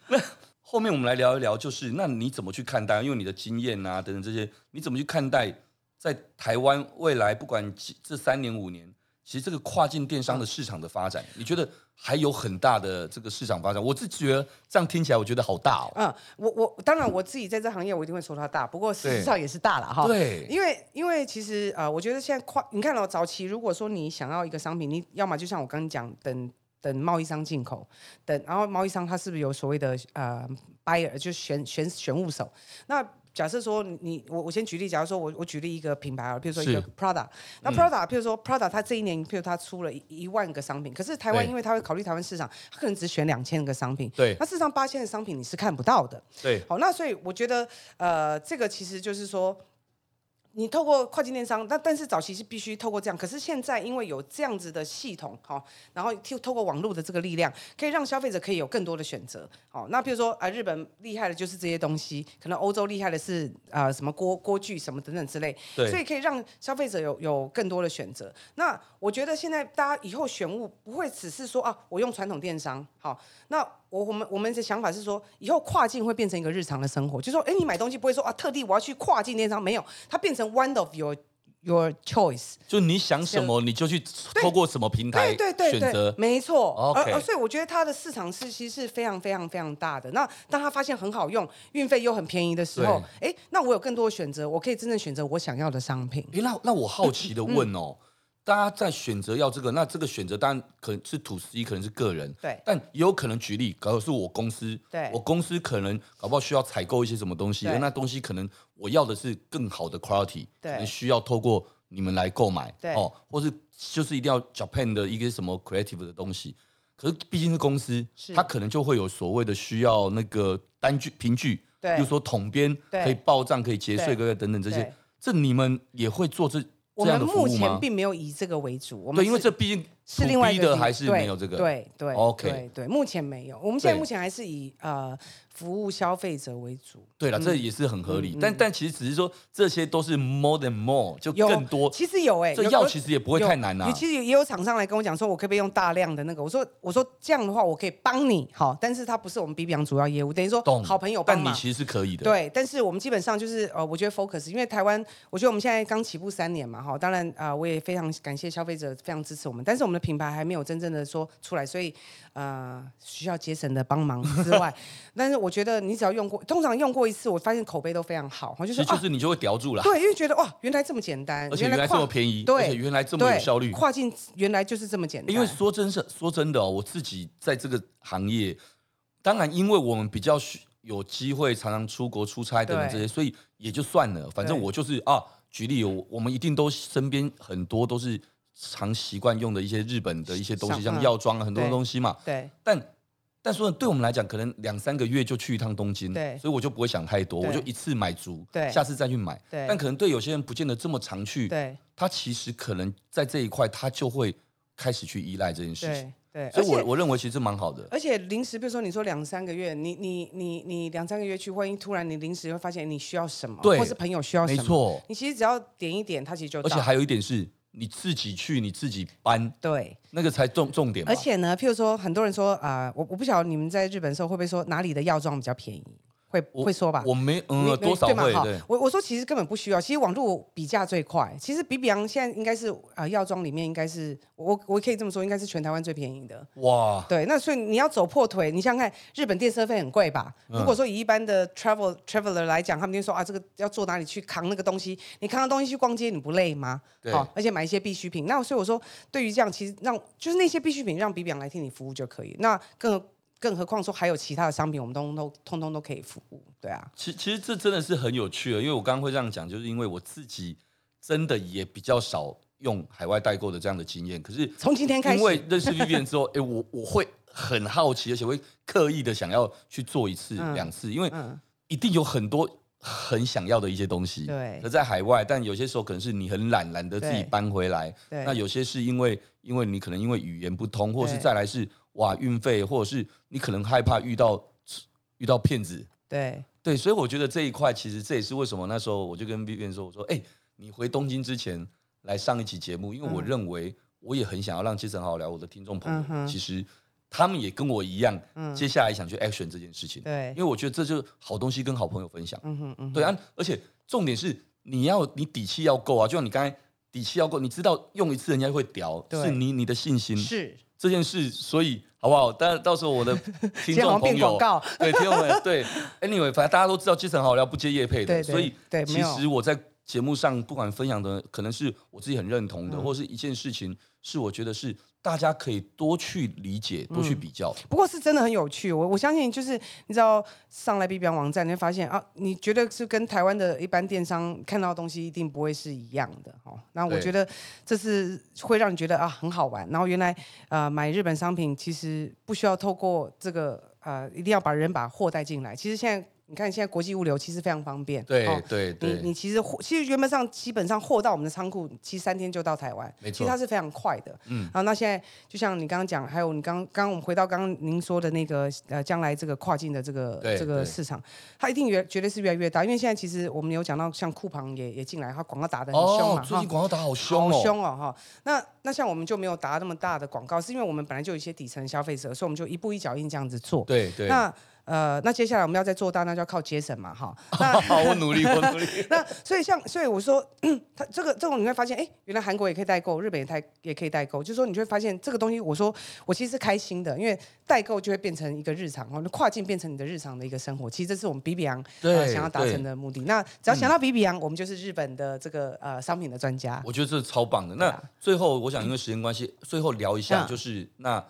C: 那后面我们来聊一聊，就是那你怎么去看待？因为你的经验啊等等这些，你怎么去看待在台湾未来不管几这三年五年，其实这个跨境电商的市场的发展，你觉得还有很大的这个市场发展？我自己觉得这样听起来，我觉得好大哦。
B: 嗯，我我当然我自己在这行业，我一定会说它大，不过事实
C: 对
B: 上也是大了哈。
C: 对
B: 因为因为其实啊、呃我觉得现在跨，你看哦，早期如果说你想要一个商品，你要么就像我刚刚讲，等等贸易商进口，等然后贸易商他是不是有所谓的呃 buyer，就是选选选物手？那假设说你你我我先举例，假如说我我举例一个品牌啊，譬如说一个
C: 是嗯
B: Prada，那 Prada、譬如说 Prada，它这一年譬如它出了一一万个商品，可是台湾
C: 对
B: 因为它会考虑台湾市场，它可能只选两千个商品，
C: 对
B: 那事实上八千的商品你是看不到的，
C: 对，
B: 好，那所以我觉得，呃，这个其实就是说，你透过跨境电商，那但是早期是必须透过这样，可是现在因为有这样子的系统，好、然后透透过网络的这个力量，可以让消费者可以有更多的选择。好、那比如说啊、日本厉害的就是这些东西，可能欧洲厉害的是啊、呃什么锅锅具什么等等之类，
C: 对
B: 所以可以让消费者有有更多的选择。那我觉得现在大家以后选物不会只是说啊，我用传统电商好，那我我们我们的想法是说，以后跨境会变成一个日常的生活，就说哎，诶你买东西不会说啊，特地我要去跨境电商，没有，它变成 one of your your choice。
C: 就你想什么，你就去透过什么平台
B: 对对对
C: 选
B: 对
C: 择，。
B: 没错。而
C: OK
B: 而所以我觉得它的市场是其实是非常非常非常大的。那当他发现很好用，运费又很便宜的时候，哎，那我有更多的选择，我可以真正选择我想要的商品。
C: 诶，那那我好奇的
B: 嗯
C: 问哦，大家在选择要这个，那这个选择当然可能是土司，可能是个人，
B: 对
C: 但也有可能举例，搞如是我公司，
B: 对
C: 我公司可能搞不好需要采购一些什么东西，
B: 对
C: 那东西可能我要的是更好的 quality，
B: 对
C: 可能需要透过你们来购买，
B: 对
C: 哦，或是就是一定要 Japan 的一个什么 creative 的东西。可是毕竟是公司
B: 是，
C: 它可能就会有所谓的需要那个单据凭据，
B: 对
C: 比如说统编
B: 对
C: 可以报账、可以结税、
B: 对
C: 各个等等这些
B: 对，
C: 这你们也会做这
B: 我
C: 这样
B: 们
C: 的服
B: 目
C: 务
B: 前
C: 吗？
B: 并没有以这个为主，我们
C: 对，因为
B: 是
C: 这毕竟
B: 是另外一
C: B
B: 个
C: 的
B: 地
C: 还是
B: 对
C: 没有这个。
B: 对对
C: OK
B: 对对，目前没有。我们现在
C: 对
B: 目前还是以呃服务消费者为主。
C: 对了，这也是很合
B: 嗯
C: 理，但但其实只是说这些都是 more than more，就
B: 有
C: 更多。
B: 其实有哎、
C: 这
B: 有
C: 药
B: 有
C: 其实也不会
B: 有
C: 太难啊
B: 有其实也有厂商来跟我讲说，我可不可以用大量的那个？我说我说这样的话，我可以帮你好，但是它不是我们 B B 主要业务，等于说
C: 懂
B: 好朋友帮
C: 但你
B: 忙。
C: 其实是可以的。
B: 对，但是我们基本上就是呃，我觉得 focus，因为台湾，我觉得我们现在刚起步三年嘛，哈，当然啊、呃我也非常感谢消费者非常支持我们，但是我们的品牌还没有真正的说出来，所以呃，需要节省的帮忙之外，
C: [LAUGHS]
B: 但是我觉得你只要用过，通常用过一次，我发现口碑都非常好，我就
C: 其
B: 说
C: 实就
B: 啊，
C: 是你就会叼住了。
B: 对，因为觉得哇，原来这么简单，
C: 而且原来这
B: 跨
C: 么便宜，
B: 对
C: 而且原来这么有
B: 对
C: 效率。
B: 跨境原来就是这么简单，
C: 因为说真是说真的哦，我自己在这个行业，当然因为我们比较需有机会常常出国出差等等这
B: 对
C: 些，所以也就算了。反正
B: 对
C: 我就是啊，举例，我我们一定都身边很多都是常习惯用的一些日本的一些东西，
B: 上嗯
C: 像药妆啊，很多
B: 对
C: 东西嘛。
B: 对
C: 但但说对我们来讲，可能两三个月就去一趟东京，
B: 对
C: 所以我就不会想太多，
B: 对
C: 我就一次买足，
B: 对
C: 下次再去买。
B: 对
C: 但可能对有些人不见得这么常去，
B: 对
C: 他其实可能在这一块他就会开始去依赖这件事情。
B: 对对，
C: 所
B: 而
C: 以我
B: 且
C: 我认为其实这蛮好的。
B: 而且临时，比如说你说两三个月，你你你你两三个月去，万一突然你临时会发现你需要什么，
C: 对
B: 或是朋友需要什
C: 没
B: 么，
C: 错，
B: 你其实只要点一点，它其实就
C: 而
B: 到
C: 且还有一点是你自己去，你自己搬，
B: 对。
C: 那个才重重点嘛。
B: 而且呢，譬如说，很多人说啊、呃我我不晓得你们在日本的时候会不会说哪里的药妆比较便宜，会
C: 我
B: 会说吧？
C: 我没
B: 啊你
C: 嗯
B: 你
C: 多少
B: 对嘛
C: 会
B: 哈
C: 对，
B: 我我说其实根本不需要，其实网络比价最快。其实比比昂现在应该是啊、呃药妆里面应该是我我可以这么说，应该是全台湾最便宜的。
C: 哇，
B: 对，那所以你要走破腿，你想想看，日本电车费很贵吧？
C: 嗯
B: 如果说以一般的 travel traveler 来讲，他们就说啊，这个要坐哪里去扛那个东西？你扛着东西去逛街，你不累吗？
C: 对
B: 好、而且买一些必需品。那所以我说，对于这样，其实让就是那些必需品让比比昂来替你服务就可以。那更何更何况说还有其他的商品，我们通通都通通都可以服务。对啊，
C: 其其实这真的是很有趣的，因为我刚刚会这样讲，就是因为我自己真的也比较少用海外代购的这样的经验，可是
B: 从今天开始
C: 因为认识 Vivian 之后，哎、我我会很好奇，而且会刻意的想要去做一次、
B: 嗯
C: 两次，因为
B: 嗯，
C: 一定有很多很想要的一些东西。
B: 对
C: 可在海外，但有些时候可能是你很懒，懒得自己
B: 对
C: 搬回来。
B: 对，
C: 那有些是因为因为你可能因为语言不通，或者是
B: 对
C: 再来是哇运费，或者是你可能害怕遇到遇到骗子。
B: 对
C: 对，所以我觉得这一块其实这也是为什么那时候我就跟 Vivian 说，我说哎、你回东京之前来上一期节目，因为我
B: 嗯
C: 认为我也很想要让杰森好好聊我的听众朋友，
B: 嗯哼
C: 其实他们也跟我一样，
B: 嗯
C: 接下来想去 action 这件事情，
B: 对
C: 因，为我觉得这就是好东西跟好朋友分享。
B: 嗯哼嗯哼，
C: 对啊，而且重点是你要你底气要够啊，就像你刚才底气要够，你知道用一次人家会屌，
B: 对
C: 是你你的信心
B: 是
C: 这件事，所以好不好？但到时
B: [LAUGHS]
C: 候我的听
B: 今天好像
C: 众朋
B: 变
C: 友
B: 广，告，
C: [LAUGHS] 对听众朋友，对，anyway，反正大家都知道基层好料不接叶配的，
B: 对对
C: 所以
B: 对没
C: 其
B: 有
C: 实我在节目上不管分享的，可能是我自己很认同的，
B: 嗯
C: 或是一件事情是我觉得是大家可以多去理解、多
B: 嗯
C: 去比较。
B: 不过是真的很有趣，我我相信就是你知道上来 B 标网站，你会发现啊，你觉得是跟台湾的一般电商看到的东西一定不会是一样的哦。那我
C: 对
B: 觉得这是会让你觉得啊很好玩，然后原来呃买日本商品其实不需要透过这个呃一定要把人把货带进来，其实现在。你看，现在国际物流其实非常方便。
C: 对
B: 哦
C: 对
B: 你你
C: 对，
B: 其实货，其实原本上基本上货到我们的仓库，其实三天就到台湾，
C: 没错
B: 其实它是非常快的。嗯，
C: 嗯
B: 然后那现在就像你刚刚讲，还有你刚刚刚我们回到刚刚您说的那个呃，将来这个跨境的这个
C: 对
B: 这个
C: 对
B: 市场，它一定越绝对是越来越大，因为现在其实我们有讲到像酷庞也也进来，它广告打的很凶
C: 哦
B: 嘛，，
C: 最近
B: 哈
C: 广告打好凶
B: 好
C: 哦，
B: 凶哦哈。那那像我们就没有打那么大的广告，是因为我们本来就有一些底层消费者，所以我们就一步一脚印这样子做。
C: 对对。 [LAUGHS]
B: 那呃，那接下来我们要再做大，那就要靠节省嘛哈。那
C: 好，我努力，我努力。
B: [LAUGHS] 那所以像，所以我说， [CLEARS THROAT] 他这个这种你会发现，哎，原来韩国也可以代购，日本也代也可以代购，就是说你就会发现这个东西，我说我其实是开心的，因为代购就会变成一个日常哦，那跨境变成你的日常的一个生活，其实这是我们比比昂呃
C: 对嗯
B: 想要达成的目的。那只要想到比比昂，我们就是日本的这个呃商品的专家。
C: 我觉得这超棒的。那
B: 啊
C: 最后，我想因为时间关系，最后聊一下，
B: 嗯
C: 就是那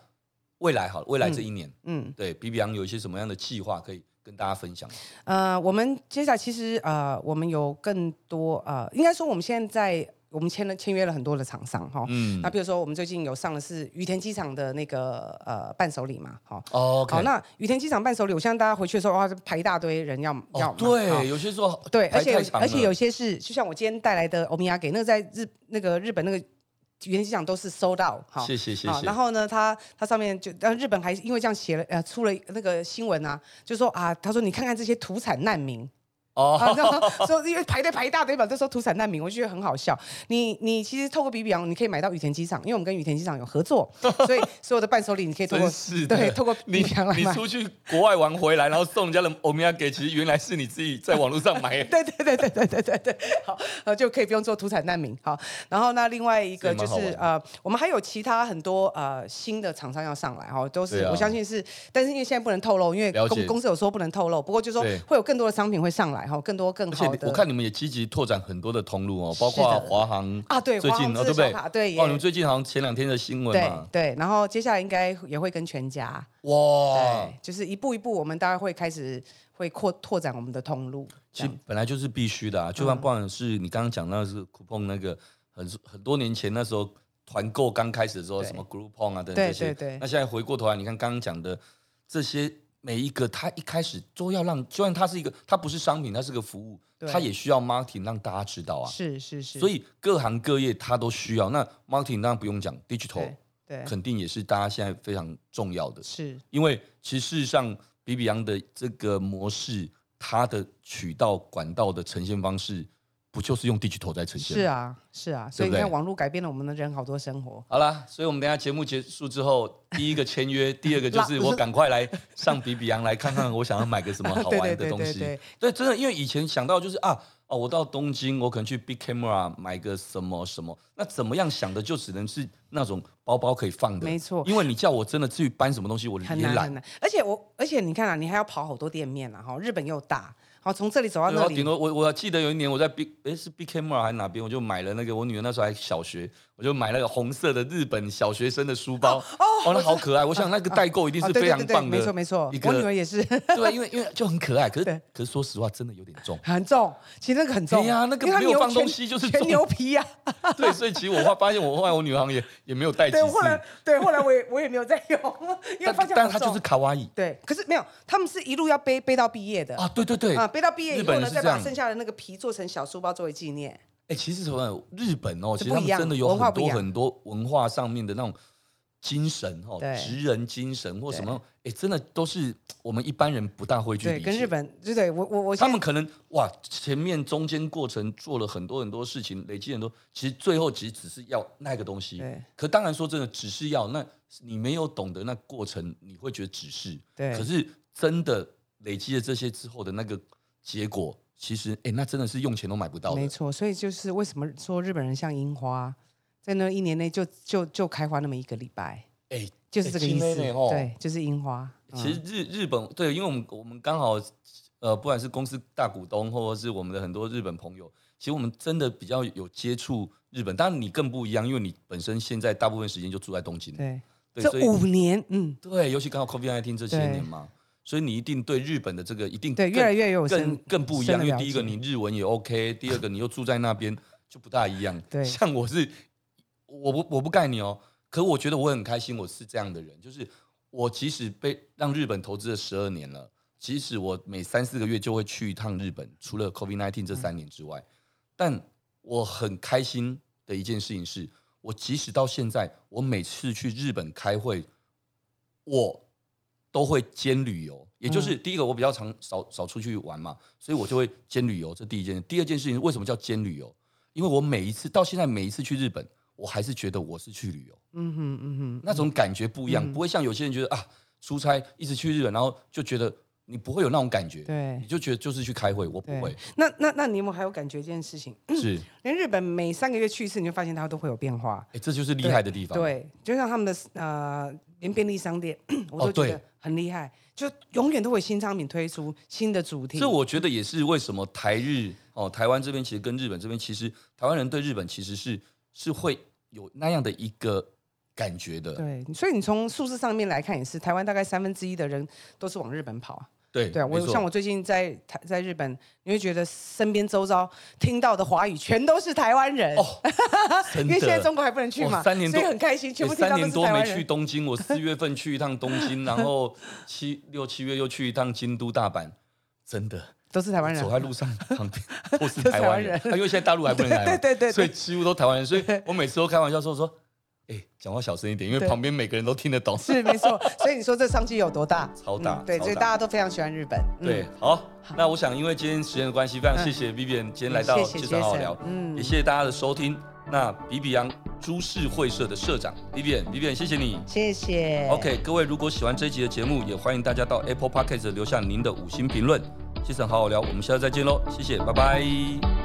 C: 未来好了，未来这一年，
B: 嗯，
C: 对 B B 昂有一些什么样的计划可以跟大家分享？
B: 呃，我们接下来其实呃，我们有更多呃，应该说我们现在在我们签了签约了很多的厂商哈。哦
C: 嗯
B: 那比如说，我们最近有上的是羽田机场的那个呃伴手礼嘛，好、
C: ，OK，
B: 好，那羽田机场伴手礼，我相信大家回去的时候哇，这排一大堆人要、要
C: 哦
B: 买，好
C: 对，有些时候
B: 对，
C: 排
B: 而且
C: 太
B: 有
C: 长
B: 而且
C: 了
B: 有些是，就像我今天带来的欧米亚给，那个在日那个日本那个羽田机场都是收到，好。
C: 谢谢谢
B: 好，
C: 谢，
B: 然后呢，它它上面就，但日本还因为这样写了，呃，出了那个新闻啊，就说啊，他说你看看这些土产难民， [LAUGHS] 啊，
C: 哦，
B: 然后说因为排队排一大堆嘛，这时候土产难民，我就觉得很好笑。你你其实透过比比昂，你可以买到羽田机场，因为我们跟羽田机场有合作，所以所有的伴手礼你可以透过
C: [LAUGHS] 真是的
B: 对透过比
C: 你
B: 比昂来
C: 你
B: 买。
C: 出去国外玩回来，然后送人家的欧米茄给，其实原来是你自己在网络上买的。
B: [LAUGHS] 对对对对对对对对，好，呃，就可以不用做土产难民。好，然后那另外一个就
C: 这也
B: 是
C: 蛮
B: 呃，我们还有其他很多呃新的厂商要上来哈，都是、
C: 对啊
B: 我相信是，但是因为现在不能透露，因为
C: 了解
B: 公公司有说不能透露，不过就说
C: 对
B: 会有更多的商品会上来哈，更多更
C: 而且
B: 好
C: 你
B: 的。
C: 我看你们也积极拓展很多的通路哦，包
B: 是的
C: 括华航
B: 啊对
C: 最近
B: 华航
C: 哦，对不
B: 自
C: 对？
B: 小对耶
C: 哦，你们最近好像前两天的新闻
B: 对
C: 嘛，
B: 对，然后接下来应该也会跟全家。
C: 哇
B: 对，，就是一步一步，我们大概会开始会扩拓展我们的通路。这
C: 其实
B: 样嗯
C: 本来就是必须的啊，就算不管是你刚刚讲到是 coupon 那个，很很多年前那时候团购刚开始的时候，
B: 对
C: 什么 Groupon 啊等等
B: 对
C: 这些，
B: 对对
C: 那现在回过头来，你看刚刚讲的这些每一个，它一开始都要让，就算它是一个，它不是商品，它是个服务，
B: 对
C: 它也需要 marketing 让大家知道啊。
B: 是是是，
C: 所以各行各业它都需要。那 marketing 当然不用讲，digital
B: 对对
C: 肯定也是大家现在非常重要的。
B: 是
C: 因为其实事实上，比比昂的这个模式，它的渠道管道的呈现方式，不就是用 digital 在呈现？
B: 是。啊是啊，所以
C: 对不
B: 你
C: 对
B: 看网络改变了我们的人好多生活。
C: 好啦，所以我们等一下节目结束之后，第一个签约，第二
B: [LAUGHS]
C: 个就是
B: 老
C: 我赶快来上比比昂来看看，我想要买个什么好
B: 对
C: 玩
B: 对
C: 的
B: 对 [LAUGHS]
C: 东
B: 对
C: 西。
B: 对，
C: 对，真的，因为以前想到就是啊，哦，我到东京，我可能去 Big Camera 买个什么什么，那怎么样想的就只能是那种包包可以放的，
B: 没错
C: 因为你叫我真的至于搬什么东西，我
B: 很难
C: 也
B: 很
C: 懒。
B: 难。而且我而且你看啊，你还要跑好多店面啊，哈，日本又大，好从这里走到啊
C: 然
B: 那
C: 后顶
B: 里，
C: 多我我记得有一年我在 Big 哎是 Big Camera 还是哪边，我就买了那个我女儿那时候还小学，我就买那个红色的日本小学生的书包，哦，那好可爱，我想那个代购一定
B: 啊
C: 是
B: 对
C: 非
B: 对
C: 常
B: 对对，
C: 棒的，
B: 没错没错
C: 一，个
B: 我女儿也是 [LAUGHS]
C: 对，因为因为就很可爱，可是
B: 对，
C: 可是说实话真的有点重
B: 很重，其实那个很重，
C: 对呀那个
B: 因为它
C: 没有
B: 牛
C: 放东
B: 全
C: 西就是
B: 全
C: 重哎
B: 牛皮啊呀。
C: 对，所以其实我发发现我后来我女儿好像也也没有带几
B: 对，
C: 次，
B: 后来对后来我也我也没有再用， [LAUGHS] 因为
C: 但
B: 发现
C: 但
B: 好
C: 它就
B: 重
C: 是卡哇伊。
B: 对，可是没有，他们是一路要背背到毕业的
C: 啊，对对对，
B: 啊，背到毕业
C: 日
B: 以
C: 本
B: 后
C: 人
B: 呢，
C: 是
B: 再
C: 这
B: 把
C: 样。
B: 剩下的那个皮做成小书包作为纪念。
C: 哎、其实什么日本哦，其
B: 这
C: 实
B: 不
C: 他
B: 一
C: 们
B: 样
C: 真的有
B: 文化
C: 很
B: 不一
C: 多
B: 样
C: 很多文化上面的那种精神哦，
B: 对
C: 职人精神或
B: 对
C: 什么，哎、真的都是我们一般人不大会去
B: 对，
C: 理解。
B: 跟日本，对对，我我我
C: 他
B: 现在
C: 们可能哇，前面中间过程做了很多很多事情，累积很多，其实最后其实只是要那个东西
B: 对。
C: 可当然说真的，只是要那，你没有懂得那过程，你会觉得只是。
B: 对
C: 可是真的累积了这些之后的那个结果，其实哎、诶那真的是用钱都买不到的
B: 没。错，所以就是为什么说日本人像樱花，在那一年内就就就开花那么一个礼拜，
C: 哎、
B: 就是这个意
C: 欸
B: 思。
C: 真的哦
B: 对，就是樱花。嗯
C: 其实日日本对，因为我们我们刚好呃，不管是公司大股东，或者是我们的很多日本朋友，其实我们真的比较有接触日本。当然你更不一样，因为你本身现在大部分时间就住在东京，
B: 嗯对，
C: 对，
B: 这
C: 所以
B: 五年，嗯，
C: 对，尤其刚好 COVID 1 9这些
B: 对
C: 年嘛，所以你一定对日本的这个一定
B: 对，
C: 更
B: 越来越有
C: 更
B: 深
C: 更不一
B: 深
C: 样，
B: 的
C: 因
B: 了
C: 为第一个
B: 解
C: 你日文也 OK，第二个你又住在那边就不大一样。
B: 对
C: [LAUGHS] 像我是我不我不盖你哦，可我觉得我很开心，我是这样的人，就是我即使被让日本投资了十二年了，即使我每三四个月就会去一趟日本，除了 COVID 1 9这三年之外，但我很开心的一件事情是，我即使到现在，我每次去日本开会，我都会兼旅游，也就是
B: 嗯
C: 第一个我比较常少少出去玩嘛，所以我就会兼旅游，这第一件事。第二件事情为什么叫兼旅游？因为我每一次到现在每一次去日本，我还是觉得我是去旅游，
B: 嗯哼嗯哼，
C: 那种感觉不一样，
B: 嗯
C: 不会像有些人觉得啊出差一直去日本，然后就觉得你不会有那种感觉，
B: 对
C: 你就觉得就是去开会，我不会
B: 对。那那那你有没有还有感觉一件事情？
C: 是，
B: 连日本每三个月去一次，你就发现它都会有变化。
C: 哎，这就是厉害的地方。
B: 对，就像他们的呃，连便利商店， [COUGHS] 我
C: 哦
B: 都觉
C: 对
B: 得很厉害，就永远都会有新商品推出、新的主题。
C: 这我觉得也是为什么台日哦，台湾这边其实跟日本这边，其实台湾人对日本其实是是会有那样的一个感觉的。
B: 对，所以你从数字上面来看也是，台湾大概三分之一的人都是往日本跑啊。
C: 对
B: 对啊，我
C: 没错
B: 像我最近在台在日本，你会觉得身边周遭听到的华语全都是台湾人， [LAUGHS]
C: 哦，真
B: 因
C: 的
B: 为现在中国还不能去
C: 哇
B: 嘛，
C: 三年多
B: 所以很开心，全部
C: 欸
B: 听
C: 三
B: 到都
C: 年
B: 是
C: 多
B: 台
C: 没
B: 湾
C: 去
B: 人。
C: 东京，我四月份去一趟东
B: [LAUGHS]
C: 京，然后七六七月又去一趟京都、大阪，真的。
B: 都是台湾人
C: 走，在路上旁边都
B: 都是
C: 是台
B: 台
C: 湾
B: 湾 [LAUGHS]
C: 人
B: 人，
C: 啊因为现在大陆还不能来嘛，
B: 对对对对
C: 所以几乎都台湾
B: [LAUGHS]
C: 人。所以我每次都开玩笑说说，哎，讲话小声一点，因为
B: 对
C: 旁边每个人都听得
B: [LAUGHS]
C: 懂。
B: 是没错。所以你说这商机有多大？
C: [LAUGHS]
B: 嗯
C: 超大
B: 对，
C: 超
B: 所以
C: 大
B: 大家都非常喜欢日本。嗯
C: 对，，好，那我想因为今天时间的关系，非常谢谢 Vivian 今天来到
B: 嗯
C: 介
B: 谢谢
C: 绍好好聊
B: Jason，，嗯
C: 也谢谢大家的收听。那比比昂株式会社的社长 Vivian，Vivian 谢谢你。
B: 谢谢。
C: OK，各位如果喜欢这一集的节目，也欢迎大家到 Apple Podcast 留下您的五星评论。谢谢好好聊，我们下次再见喽，谢谢，拜拜。